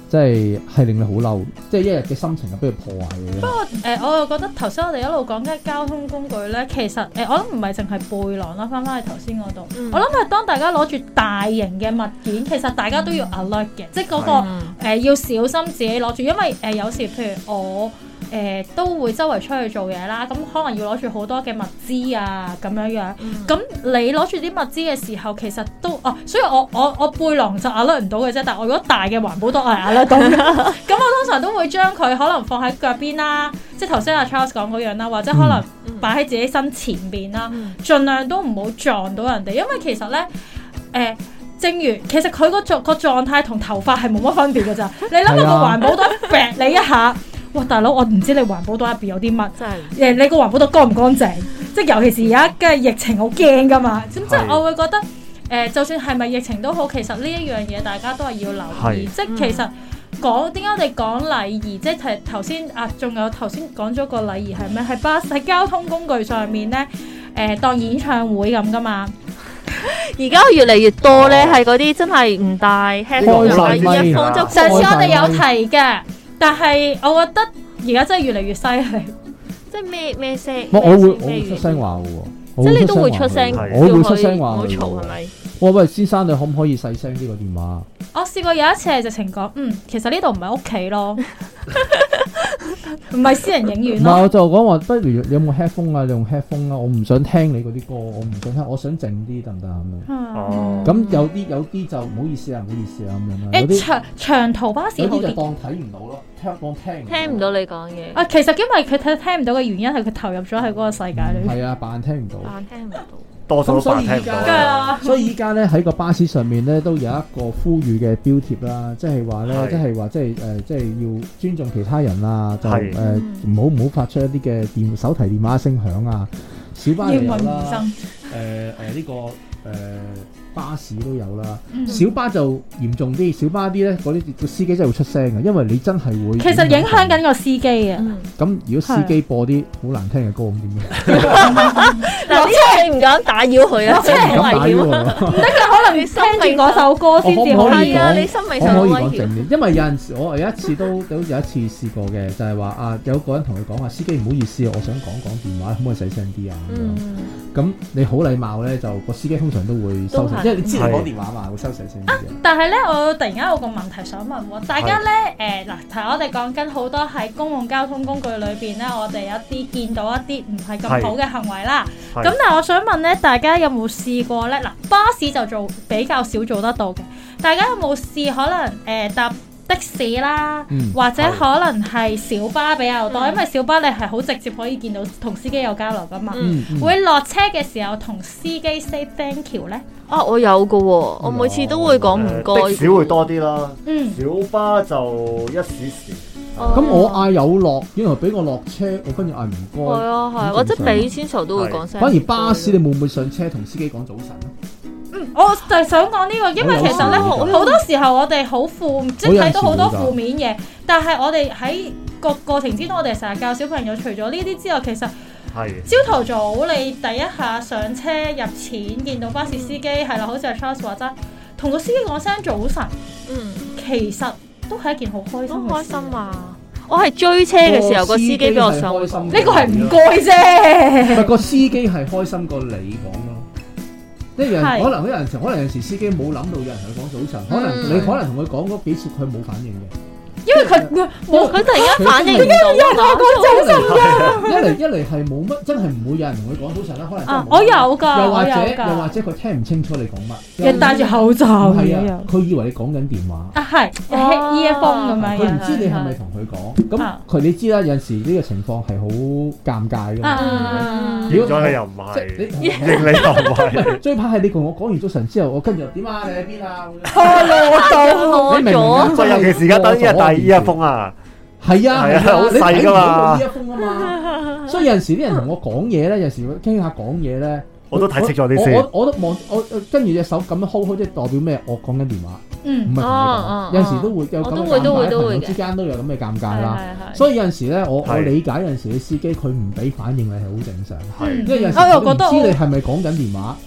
Speaker 3: 即係係令你好嬲，即係一日嘅心情係俾佢破壞嘅啫。
Speaker 2: 誒、我又覺得頭先我哋一路講緊交通工具咧，其實誒、我諗唔係淨係背囊啦，翻翻去頭先嗰度，
Speaker 4: 嗯
Speaker 2: 我諗係當大家攞住大型嘅物件，其實大家都要 alert 嘅，即係嗰、
Speaker 4: 啊
Speaker 2: 個。誒、呃要小心自己攞住，因為誒、有時譬如我誒、都會周圍出去做嘢啦，咁可能要攞住好多嘅物資啊咁樣樣。
Speaker 4: 嗯
Speaker 2: 咁、你攞住啲物資嘅時候，其實都哦、所以我我我背囊就 alert 唔到嘅啫，但係我如果大嘅環保袋我係 alert 到嘅。 [LAUGHS] 咁我通常都會將佢可能放喺腳邊啦，即係頭先阿 Charles 講嗰樣啦，或者可能
Speaker 4: 嗯
Speaker 2: 擺喺自己身前邊啦。
Speaker 4: 嗯
Speaker 2: 盡量都唔好撞到人哋，因為其實咧，誒、正如其實佢個狀個狀態同頭髮係冇乜分別嘅咋。你諗下個
Speaker 3: 係啊
Speaker 2: 環保袋 [LAUGHS] 劈你一下，哇！大佬，我唔知你環保袋入邊有啲乜，
Speaker 4: 真係
Speaker 2: 誒你個環保袋乾唔乾淨？即係尤其是而家嘅疫情好驚噶嘛，咁即係
Speaker 1: 係
Speaker 2: 我會覺得誒、就算係咪疫情都好，其實呢一樣嘢大家都係要留意，
Speaker 1: 係
Speaker 2: 即係其實。講點解我哋講禮儀？即係頭頭先啊，仲有頭先講咗個禮儀係咩？係巴士喺交通工具上面咧，誒、當演唱會咁噶嘛。
Speaker 4: 而家越嚟越多咧，係嗰啲真係唔戴 headphone 又戴
Speaker 1: 開咪
Speaker 4: earphone
Speaker 1: 啦
Speaker 4: 就
Speaker 2: 上次我
Speaker 4: 過
Speaker 2: 哋有提嘅，但係我覺得而家真係越嚟越犀利。
Speaker 4: 即係咩咩聲？
Speaker 3: 我我會
Speaker 4: 咩
Speaker 3: 我會出
Speaker 4: 語
Speaker 3: 聲話嘅喎，我
Speaker 4: 即係你都會
Speaker 3: 會
Speaker 4: 出聲，
Speaker 3: 聲話
Speaker 1: 係
Speaker 3: 佢我會
Speaker 4: 叫
Speaker 3: 出
Speaker 4: 佢
Speaker 3: 聲
Speaker 4: 唔
Speaker 3: 話
Speaker 4: 好
Speaker 3: 佢
Speaker 4: 嘈係
Speaker 3: 喎
Speaker 4: 咪？
Speaker 3: 我喂，先生，你可唔可以細聲啲個電話？
Speaker 2: 我試過有一次係直情講，嗯，其實呢度唔係屋企咯，唔係私人影
Speaker 3: 唔
Speaker 2: 院
Speaker 3: 係，
Speaker 2: 咯。
Speaker 3: 我就講話，不如你有冇 headphone 啊？你用 headphone 啊！我唔想聽你嗰啲歌，我唔想聽，我想靜啲得唔得啊
Speaker 2: 嗯
Speaker 1: 哦
Speaker 3: 咁樣？咁有啲有啲就唔好意思啊，唔好意思啊咁樣啦。
Speaker 2: 誒
Speaker 3: 有啲
Speaker 2: 長長途巴士
Speaker 3: 有
Speaker 2: 好
Speaker 3: 啲就
Speaker 2: 啲。
Speaker 3: 當睇唔到咯，聽當聽
Speaker 4: 聽唔到你講嘢，
Speaker 2: 啊，其實因為佢聽聽唔到嘅原因係佢投入咗喺嗰個世界裏面。
Speaker 3: 係啊，扮聽唔到。
Speaker 4: 扮聽唔到。
Speaker 1: 多數都
Speaker 3: 咁所
Speaker 1: 扮
Speaker 3: 以
Speaker 1: 聽唔
Speaker 3: 而
Speaker 1: 到啊
Speaker 3: 家
Speaker 1: 啦。
Speaker 2: 啦，
Speaker 3: 所以依家咧喺個巴士上面咧都有一個呼籲嘅標貼啦，即係話咧，
Speaker 1: 係
Speaker 3: 即係話即係誒，即係要尊重其他人啊，就
Speaker 1: 係
Speaker 3: 誒唔好唔好發出一啲嘅電手提電話聲響啊，小巴又
Speaker 2: 英
Speaker 3: 有
Speaker 2: 文
Speaker 3: 啦
Speaker 2: 醫，生，
Speaker 3: 誒誒呢個誒、巴士都有啦，
Speaker 2: 嗯
Speaker 3: 小巴就嚴重啲，小巴啲咧嗰啲個司機真係會出聲嘅，因為你真係會
Speaker 2: 其實影響
Speaker 3: 到
Speaker 2: 緊個司機啊。
Speaker 4: 嗯
Speaker 3: 咁如果司機播啲好難聽嘅歌咁點啊咧？
Speaker 4: 嗱，呢個你唔敢打擾佢啊，
Speaker 2: 我真
Speaker 4: 真
Speaker 2: 係
Speaker 4: 係好危
Speaker 3: 咁打擾
Speaker 4: 險啊！
Speaker 3: 我喎。
Speaker 2: 即係可能聽住嗰首歌先至
Speaker 3: 我可唔可以
Speaker 2: 可以
Speaker 4: 係啊，
Speaker 3: 講
Speaker 4: 你心理
Speaker 3: 我
Speaker 4: 上
Speaker 3: 可以
Speaker 4: 威
Speaker 3: 講
Speaker 4: 脅
Speaker 3: 正。啲，因為有陣時我有一次都都有一次試過嘅，就係話啊有個人同佢講話，司機唔好意思啊，我想講講電話，可唔可以細聲啲啊？咁樣
Speaker 4: 嗯，
Speaker 3: 咁你好禮貌咧，就個司機通常都會收
Speaker 4: 都
Speaker 3: 聲，
Speaker 4: 係
Speaker 3: 因為你知你
Speaker 1: 係
Speaker 3: 講電話嘛，會收細聲啲嘅。
Speaker 2: 但係咧，我突然間有個問題想問喎，大家咧誒嗱，頭我哋講緊好多喺公共交通工具裏邊咧，我哋有一啲見到一啲唔係咁好嘅行為啦。
Speaker 1: 係
Speaker 2: 咁但係我想問咧，大家有冇試過咧？嗱，巴士就做比較少做得到嘅，大家有冇試可能誒、呃搭的士啦？
Speaker 3: 嗯，
Speaker 2: 或者可能係小巴比較多，
Speaker 4: 嗯
Speaker 2: 因為小巴你係好直接可以見到同司機有交流噶嘛。
Speaker 4: 嗯
Speaker 3: 嗯
Speaker 2: 會落車嘅時候同司機 say thank you 咧？
Speaker 4: 啊，我有噶喎，我每次都會講唔
Speaker 1: 誒
Speaker 4: 該
Speaker 1: 的
Speaker 4: 㗎。
Speaker 1: 士會多啲啦，
Speaker 2: 嗯，
Speaker 1: 小巴就一時時。
Speaker 4: 哦
Speaker 3: 咁我嗌有落，原來俾我落車，我跟住嗌唔
Speaker 4: 係
Speaker 3: 該。
Speaker 4: 啊係啊，或者俾錢時候都會講聲。
Speaker 3: 反而巴士你會唔會上車同司機講早晨啊？
Speaker 2: 嗯我就係想講呢個，因為其實咧
Speaker 3: 我
Speaker 2: 好
Speaker 3: 有
Speaker 2: 多時候我哋好負，即係睇到好多負面嘢，但係我哋喺個過程之中，我哋成日教小朋友，除咗呢啲之外，其實
Speaker 1: 係
Speaker 2: 朝頭早你第一下上車入錢，見到巴士司機係啦，好似阿 Charles 話齋，同個司機講聲早晨，
Speaker 4: 嗯，
Speaker 2: 其實都係一件好開心
Speaker 4: 都
Speaker 2: 嘅
Speaker 4: 開
Speaker 2: 事。
Speaker 4: 心啊！我係追車嘅時候，個司機俾我上
Speaker 3: 個司機係開心嘅
Speaker 2: 呢個係唔該啫。
Speaker 3: 唔係個司機係開心過你講咯。即係有人
Speaker 2: 係
Speaker 3: 可能有陣時，可能有陣時司機冇諗到有人同佢講早晨，可能
Speaker 4: 嗯
Speaker 3: 你可能同佢講嗰幾次，佢冇反應
Speaker 2: 因為佢冇
Speaker 4: 佢突然間反應唔到啊！
Speaker 3: 嘅。一嚟一嚟係冇乜，真係唔會有人同佢講早晨啦。可能真係
Speaker 2: 啊
Speaker 3: 冇，
Speaker 2: 我有噶，
Speaker 3: 又
Speaker 2: 我
Speaker 3: 或者
Speaker 2: 有
Speaker 3: 又或
Speaker 2: 噶，
Speaker 3: 者佢聽唔清楚你講乜，又
Speaker 2: 人戴住口罩
Speaker 3: 唔
Speaker 2: 咁
Speaker 3: 係
Speaker 2: 樣
Speaker 3: 啊，佢以為你講緊電話。
Speaker 2: 啊係 earphone 咁
Speaker 4: 哦
Speaker 2: 樣
Speaker 3: 佢唔
Speaker 2: 嘅，
Speaker 3: 知你係咪同佢講，咁
Speaker 2: 啊
Speaker 3: 佢你知啦，有陣時呢個情況係好尷尬
Speaker 2: 啊
Speaker 3: 㗎嘛。
Speaker 2: 啊
Speaker 1: 變咗佢又唔
Speaker 4: [LAUGHS]
Speaker 1: 係，
Speaker 3: 即係你
Speaker 1: 認你又唔
Speaker 3: [LAUGHS]
Speaker 1: 係。
Speaker 3: 最怕係你同我講完早晨之後，我跟住又點啊？你喺邊啊？
Speaker 4: 我
Speaker 3: 你明唔明啊
Speaker 4: 咗，
Speaker 1: 所以尤其是而家等於係第二一封啊，
Speaker 3: 係啊，
Speaker 1: 係啊好
Speaker 3: 你睇
Speaker 1: 細
Speaker 3: 唔
Speaker 1: 㗎
Speaker 3: 到
Speaker 1: 嘛
Speaker 3: 佢呢一封啊嘛。所以有陣時啲人同我講嘢咧，有時傾下講嘢咧，
Speaker 1: 我都睇清楚啲
Speaker 3: 我
Speaker 1: 先。
Speaker 3: 我我都望我我跟住隻手咁樣 hold hold，即係代表咩？我講緊電話，唔
Speaker 2: 嗯
Speaker 3: 係同你
Speaker 4: 哦哦
Speaker 3: 講。有陣時都會有
Speaker 4: 我
Speaker 3: 咁
Speaker 4: 都
Speaker 3: 嘅
Speaker 4: 會
Speaker 3: 尷
Speaker 4: 都會
Speaker 3: 尬，
Speaker 4: 都
Speaker 3: 朋
Speaker 4: 會
Speaker 3: 友
Speaker 4: 嘅
Speaker 3: 之間都有咁嘅尷尬
Speaker 4: 係
Speaker 3: 啦。
Speaker 4: 係係。
Speaker 3: 所以有陣時咧，我我
Speaker 1: 係
Speaker 3: 理解有陣時啲司機佢唔俾反應你係好正常，
Speaker 2: 嗯
Speaker 1: 係
Speaker 3: 因為有陣時
Speaker 2: 我又
Speaker 3: 佢
Speaker 2: 覺得
Speaker 3: 唔知
Speaker 2: 我
Speaker 3: 你係咪講緊電話，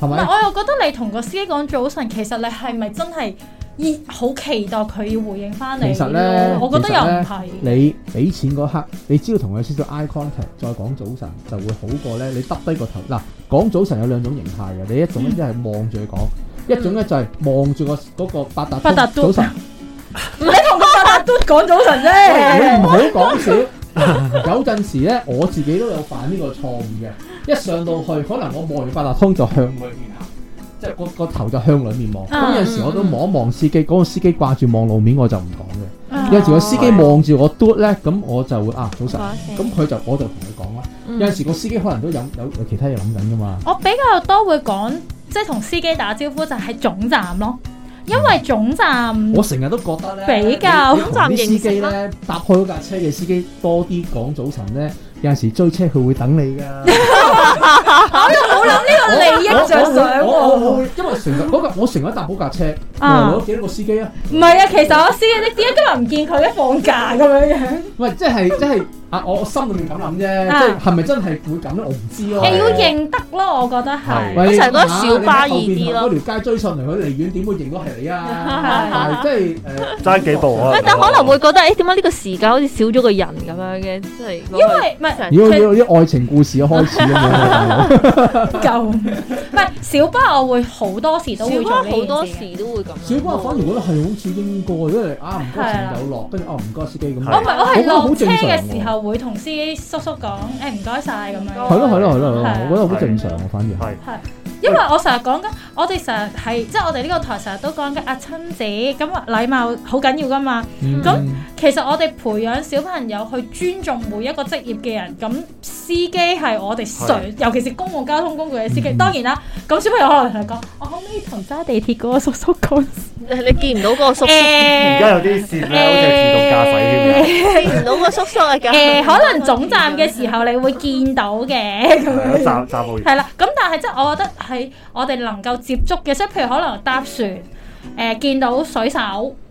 Speaker 3: 係
Speaker 2: 唔
Speaker 3: 咪
Speaker 2: 係？我又覺得你同個司機講早晨，其實你係咪真係依好期待佢要回應翻你？
Speaker 3: 其實呢
Speaker 2: 我覺得又唔係。
Speaker 3: 你俾錢嗰刻，你只要同佢少少 eye contact，再講早晨就會好過咧。你耷低個頭嗱，講早晨有兩種形態嘅，你一
Speaker 2: 嗯
Speaker 3: 種咧即係望住佢講，一種咧就係望住個嗰個八達
Speaker 2: 八達
Speaker 3: 早
Speaker 2: 通 [LAUGHS]
Speaker 3: 晨，
Speaker 2: 你同個八達都講早晨
Speaker 3: 喂
Speaker 2: 啫
Speaker 3: 你唔。好講少。 [LAUGHS] 有陣時咧，我自己都有犯呢個錯誤嘅，一上到去可能我望完八達通就向裏面行。即係個個頭就向裏面望，咁
Speaker 2: 啊
Speaker 3: 有陣時我都望一望司機，嗰、個司機掛住望路面，我就唔講嘅。有
Speaker 2: 嗯
Speaker 3: 陣時個司機望住我嘟咧，咁我就會啊早晨，
Speaker 2: 哦
Speaker 4: 咁
Speaker 3: 咁佢就我就同佢講啦。
Speaker 2: 嗯
Speaker 3: 有陣時個司機可能都有有有其他嘢諗緊噶嘛，
Speaker 2: 我比較多會講，即係同司機打招呼就係總站咯，因為總站
Speaker 3: 我成日都覺得咧，
Speaker 2: 比較
Speaker 3: 你你同
Speaker 4: 站
Speaker 3: 啲司
Speaker 4: 形
Speaker 3: 機
Speaker 4: 式啦
Speaker 3: 咧搭開嗰架車嘅司機多啲講早晨咧，有陣時追車佢會等你㗎。
Speaker 2: 冇諗呢個利益着想
Speaker 3: 我我我我
Speaker 2: 喎。
Speaker 3: 會因為成日嗰架我成日搭嗰架車，
Speaker 2: 啊
Speaker 3: 我攞幾多個司機啊？
Speaker 2: 唔係啊，其實我司機，你點解今日唔見佢咧？放假咁樣樣。
Speaker 3: 喂，即係即係啊！我我心裏面咁諗啫，
Speaker 2: 啊
Speaker 3: 即係係咪真係會咁咧？我唔知啊咯。
Speaker 2: 你要認得咯，我覺得係
Speaker 1: 係。
Speaker 4: 我
Speaker 3: 喂
Speaker 4: 成日覺得
Speaker 3: 啊
Speaker 4: 小巴
Speaker 3: 你喺後邊
Speaker 4: 易啲咯
Speaker 3: 行嗰條街追上嚟，佢離遠點會認到係你
Speaker 2: [LAUGHS]
Speaker 3: 啊？係即係誒，
Speaker 1: 爭幾步啊
Speaker 4: 喂，但可能會覺得，誒點解呢個時間好似少咗個人咁樣嘅？即係因
Speaker 2: 因為唔係
Speaker 3: 妖妖啲愛情故事嘅開始咁
Speaker 2: [LAUGHS]
Speaker 3: 樣，
Speaker 4: [LAUGHS]
Speaker 2: 夠，唔係小巴我會好多時都會
Speaker 4: 小
Speaker 2: 做
Speaker 4: 巴
Speaker 2: 呢
Speaker 4: 好多
Speaker 2: 件事嘅。
Speaker 4: 時都會咁。
Speaker 3: 小巴我反而覺得係好似應該，因為啊唔該
Speaker 2: 係啊
Speaker 3: 前有落，跟住哦唔該司機咁。
Speaker 1: 係
Speaker 2: 我唔係我係落
Speaker 3: 我
Speaker 2: 車
Speaker 3: 覺得好正常
Speaker 2: 嘅
Speaker 3: 喎
Speaker 2: 時候會同司機叔叔講，誒唔該晒咁
Speaker 3: 係
Speaker 2: 樣。
Speaker 3: 咯係咯係咯係咯
Speaker 2: 係啊，
Speaker 3: 我覺得好正常啊，反而
Speaker 1: 係
Speaker 2: 因為我成日講緊，我哋成日係即係我哋呢個台成日都講緊啊親子咁禮貌好緊要㗎嘛。
Speaker 3: 嗯
Speaker 2: 咁其實我哋培養小朋友去尊重每一個職業嘅人，咁司機係我哋常，尤其是公共交通工具嘅司機。
Speaker 3: 嗯
Speaker 2: 當然啦，咁小朋友可能同佢講：我可唔可以同揸地鐵嗰個叔叔講？
Speaker 4: 你見唔到個叔叔，
Speaker 2: 誒
Speaker 1: 而家有啲線咧，好似係自動駕駛添啊嘅。
Speaker 4: 見唔到個叔叔啊，
Speaker 2: 誒、
Speaker 4: 㗎。
Speaker 2: 可能總站嘅時候你會見到嘅咁樣。
Speaker 1: 係啊站站務員
Speaker 2: 係啦，咁但係即係我覺得係我哋能夠接觸嘅，即係譬如可能搭船，誒、見到水手，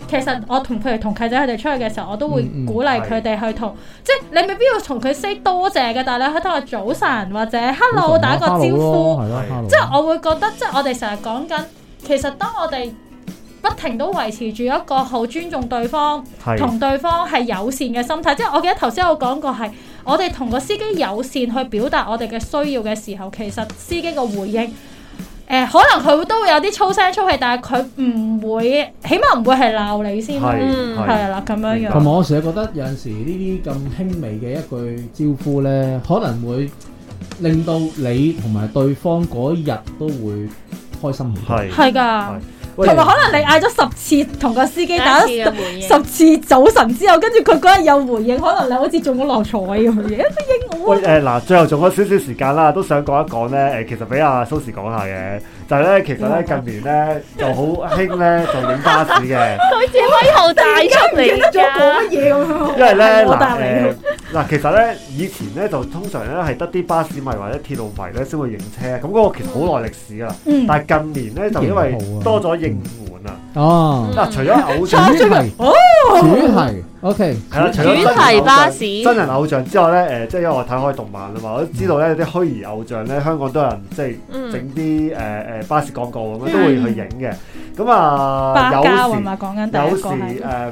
Speaker 2: 其實我同譬如同契仔佢哋出去嘅時候，我都會
Speaker 3: 嗯嗯
Speaker 2: 鼓勵佢哋去同，即係你未必要同佢 say 多謝嘅，但係你可以同佢早晨或者 hello 打個招呼，
Speaker 3: 哦啊嗯係咯，hello，
Speaker 2: 即係我會覺得即係我哋成日講緊，其實當我哋不停都維持住一個好尊重對方。
Speaker 1: 係
Speaker 2: 同對方係友善嘅心態，即係我記得頭先我講過係，我哋同個司機友善去表達我哋嘅需要嘅時候，其實司機個回應，誒、可能佢都會有啲粗聲粗氣，但係佢唔會，起碼唔會係鬧你先咯，
Speaker 1: 係係
Speaker 2: 係啦咁樣
Speaker 1: 明
Speaker 2: 樣
Speaker 1: 白
Speaker 3: 同。埋我成日覺得有陣時呢啲咁輕微嘅一句招呼咧，可能會令到你同埋對方嗰日都會開心好多。
Speaker 1: 係
Speaker 2: 係噶，
Speaker 1: 喂
Speaker 2: 同埋可能你嗌咗十次同個司機打
Speaker 4: 第一次嘅回應
Speaker 2: 十次早晨之後，跟住佢嗰日有回應，可能你好似中咗六合彩咁樣，乜應我
Speaker 1: 喂
Speaker 2: 啊？
Speaker 1: 誒嗱，最後仲有少少時間啦，都想講一講咧誒，其實俾阿蘇時講下嘅，就係咧，其實咧近年咧就好興咧就影巴士嘅，
Speaker 4: 佢自己威號大出
Speaker 2: 記
Speaker 4: 嚟
Speaker 2: 得咗講
Speaker 4: 㗎
Speaker 2: 乜。嘢咁樣？
Speaker 1: 因為咧
Speaker 2: 我
Speaker 1: 嗱
Speaker 2: 答你
Speaker 1: 誒。嗱，其實咧以前咧就通常咧係得啲巴士迷或者鐵路迷咧先會影車，咁嗰個其實好耐歷史㗎啦。
Speaker 2: 嗯
Speaker 1: 但係近年咧就因為
Speaker 3: 型號啊
Speaker 1: 多咗應援啊，
Speaker 2: 嗯
Speaker 3: 哦，
Speaker 1: 嗱，除咗偶
Speaker 2: [LAUGHS]
Speaker 3: 主
Speaker 1: 像。
Speaker 3: 題，
Speaker 2: 哦
Speaker 3: 主題，OK，
Speaker 1: 係啦，除咗
Speaker 4: 主題巴士
Speaker 1: 真人偶像之外咧，誒、即係因為我睇開動漫啊嘛，我都知道咧啲虛擬偶像咧，香港都有人即係
Speaker 4: 嗯
Speaker 1: 整啲誒誒巴士廣告咁啊樣都會去影嘅。咁啊，
Speaker 2: 嗯巴
Speaker 1: 有
Speaker 2: 交係
Speaker 1: 時
Speaker 2: 嘛？講緊第
Speaker 1: 有
Speaker 2: 一
Speaker 1: 時呃
Speaker 2: 個係
Speaker 1: 誒、。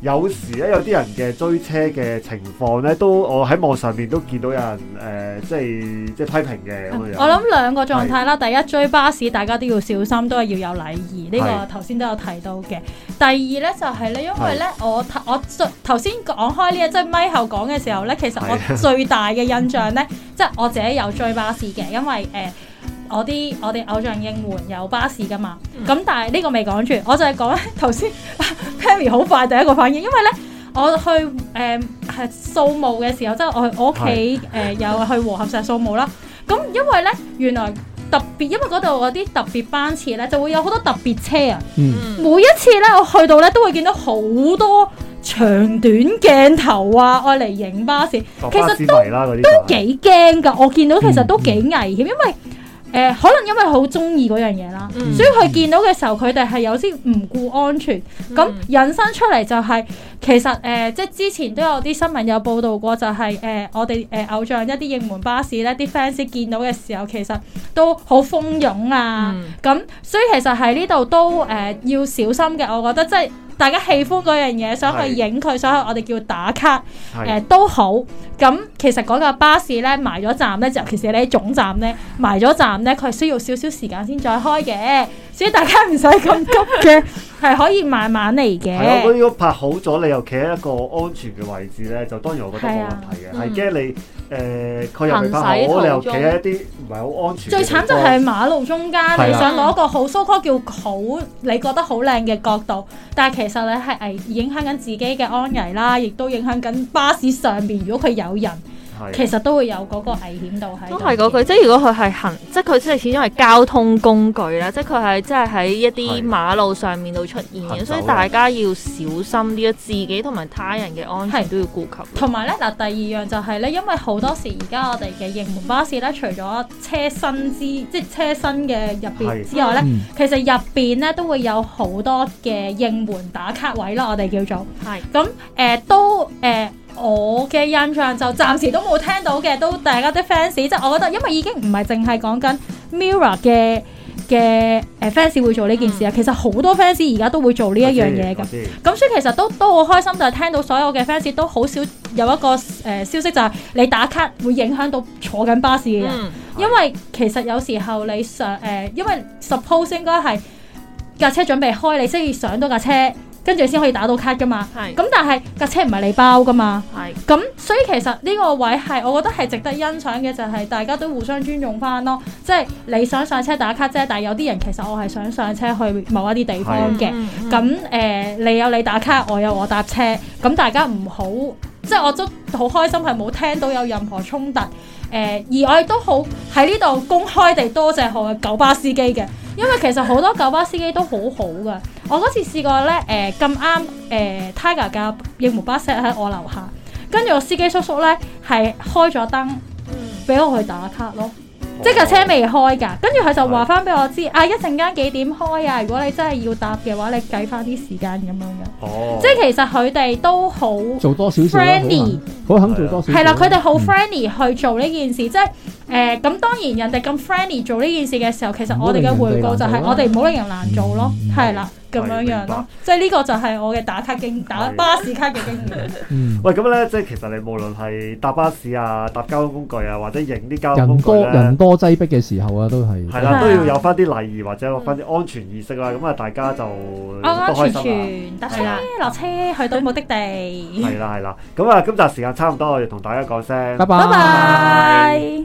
Speaker 1: 有時咧有啲人嘅追車嘅情況咧，都我喺網上面都見到有人誒、即係即係批評嘅咁樣。
Speaker 2: 我諗兩個狀態啦，第一追巴士大家都要小心，都係要有禮儀，呢、
Speaker 1: 係
Speaker 2: 個頭先都有提到嘅。第二呢，就係、呢，因為呢，我頭我最頭先講開呢一即係咪後講嘅時候呢，其實我
Speaker 1: 係 [LAUGHS]
Speaker 2: 最大嘅印象呢，即係我自己有追巴士嘅，因為誒。呃我啲我哋偶像應援有巴士噶嘛，咁、但係呢個未講住，我就係講頭先 Perry 好快第一個反應，因為呢，我去誒係、掃墓嘅時候，即係我去我屋企誒有去和合石掃墓啦。咁因為咧，原來特別，因為嗰度嗰啲特別班次咧，就會有好多特別車啊。
Speaker 3: 嗯，
Speaker 2: 每一次咧，我去到咧，都會見到好多長短鏡頭啊，愛嚟影巴士，
Speaker 1: 作
Speaker 2: 其實
Speaker 1: 巴士嗯迷啦嗰啲都
Speaker 2: 幾驚㗎。我見到其實都幾危險，因為誒、呃可能因為好中意嗰樣嘢啦，
Speaker 4: 嗯
Speaker 2: 所以佢見到嘅時候，佢哋係有啲唔顧安全，咁、
Speaker 4: 嗯
Speaker 2: 引申出嚟就係、其實誒、呃即係之前都有啲新聞有報導過、就係誒我哋誒、呃偶像一啲應援巴士咧，啲 fans 見到嘅時候，其實都好蜂擁
Speaker 4: 嗯
Speaker 2: 啊，咁、所以其實喺呢度都誒、呃要小心嘅，我覺得即係。大家喜歡嗰樣嘢，想
Speaker 1: 係
Speaker 2: 去影佢，想去我哋叫打卡，誒、
Speaker 1: 係
Speaker 2: 都好。咁其實嗰架巴士咧埋咗站咧，尤其是你喺總站咧埋咗站咧，佢係需要少少時間先再開嘅，所以大家唔使咁急
Speaker 1: [LAUGHS]
Speaker 2: 嘅，係可以慢慢嚟
Speaker 1: 係啊，我覺
Speaker 2: 嘅
Speaker 1: 得。如果拍好咗，你又企喺一個安全嘅位置咧，就當然我覺得冇問題
Speaker 2: 嗯
Speaker 4: 係啊
Speaker 1: 嘅。係驚你誒佢又未拍好，你又企喺一啲唔係好安全嘅地
Speaker 2: 最
Speaker 1: 方。
Speaker 2: 慘就係馬路中間，
Speaker 1: 係啊
Speaker 2: 你
Speaker 1: 啦
Speaker 2: 想攞個好 so call 叫好，你覺得好靚嘅角度，但係其實你係危影響緊自己嘅安危啦，亦都影響緊巴士上面。如果佢有人，
Speaker 1: 係
Speaker 2: 其實都會有嗰個危險度喺度
Speaker 4: 都
Speaker 2: 嘅。
Speaker 4: 係嗰句，即係如果佢係行，即係佢即係始終係交通工具啦，即係佢係即係喺一
Speaker 1: 係
Speaker 4: 啲馬路上面度出
Speaker 1: 行
Speaker 4: 現
Speaker 1: 走啊
Speaker 4: 嘅，所以大家要小心啲，自己同埋他人嘅安全
Speaker 2: 係
Speaker 4: 都要顧及。
Speaker 2: 同埋咧嗱，第二樣就係咧，因為好多時而家我哋嘅應援巴士咧，除咗車身之即係車身嘅入
Speaker 1: 係
Speaker 2: 邊之外咧，
Speaker 3: 嗯
Speaker 2: 其實入邊咧都會有好多嘅應援打卡位啦，我哋叫做
Speaker 4: 係
Speaker 2: 咁誒、呃都誒。呃我嘅印象就暫時都冇聽到嘅，都大家啲 fans，即係我覺得，因為已經唔係淨係講緊 Mirror 嘅嘅誒 fans 會做呢件事啊，其實好多 fans 而家都會做呢一樣嘢㗎
Speaker 1: 我。知
Speaker 2: 咁所以其實都都好開心，就係聽到所有嘅 fans 都好少有一個誒、呃消息，就係你打卡會影響到坐緊巴士嘅人，
Speaker 4: 嗯，
Speaker 2: 因為其實有時候你上誒、呃因為 suppose 應該係架車準備開，你先至上到架車。跟住先可以打到卡噶嘛。
Speaker 4: 係
Speaker 2: 咁但係架車唔係你包噶嘛。
Speaker 4: 係
Speaker 2: 咁所以其實呢個位係我覺得係值得欣賞嘅，就係、大家都互相尊重翻咯。即係你想上車打卡啫，但係有啲人其實我係想上車去某一啲地方嘅。
Speaker 4: 嗯嗯
Speaker 2: 咁誒、呃你有你打卡，我有我搭車，咁大家唔好，即係我都好開心係冇聽到有任何衝突。誒、呃而我亦都好喺呢度公開地多謝我嘅九巴司機嘅，因為其實好多九巴司機都好好噶。我嗰次試過咧，誒咁啱誒 Tiger 嘅應援巴士喺我樓下，跟住個司機叔叔咧係開咗燈俾我去打卡咯。即係架車未開㗎，跟住佢就話翻俾我知，啊一陣間幾點開啊？如果你真係要搭嘅話，你計翻啲時間咁樣嘅。
Speaker 1: 哦，
Speaker 2: 即係其實佢哋都好
Speaker 3: 做多少少啦
Speaker 2: Friendly
Speaker 3: 好肯好肯做多少少。
Speaker 2: 係啦，佢哋好
Speaker 3: 嗯
Speaker 2: friendly 去做呢件事，即係誒咁。當然人哋咁 friendly 做呢件事嘅時候，其實我哋嘅回報就係
Speaker 3: 唔好
Speaker 2: 我哋
Speaker 3: 令
Speaker 2: 唔好令人難做咯，係啦咁樣樣
Speaker 1: 明白
Speaker 2: 咯。即係呢個就係我嘅打卡經打
Speaker 1: 係
Speaker 2: 巴士卡嘅經驗。
Speaker 3: 嗯
Speaker 1: 喂，咁咧，即係其實你無論係搭巴士啊、搭交通工具啊，或者影啲交通工
Speaker 3: 人
Speaker 1: 具
Speaker 3: 多人
Speaker 1: 咧，
Speaker 3: 多擠迫嘅時候啊，都係
Speaker 1: 係
Speaker 2: 係
Speaker 1: 啦，
Speaker 2: 啊
Speaker 1: 都要有翻啲禮儀或者有翻啲安全意識啦。咁啊，大家就都
Speaker 2: 安嗯安
Speaker 1: 開
Speaker 2: 全
Speaker 1: 心啊啦。
Speaker 2: 全搭車
Speaker 4: 係啦
Speaker 2: 落車去到目的地。
Speaker 1: 係啦係啦，咁啊，今集時間差唔多，我哋同大家講聲
Speaker 3: 拜。
Speaker 2: 拜拜。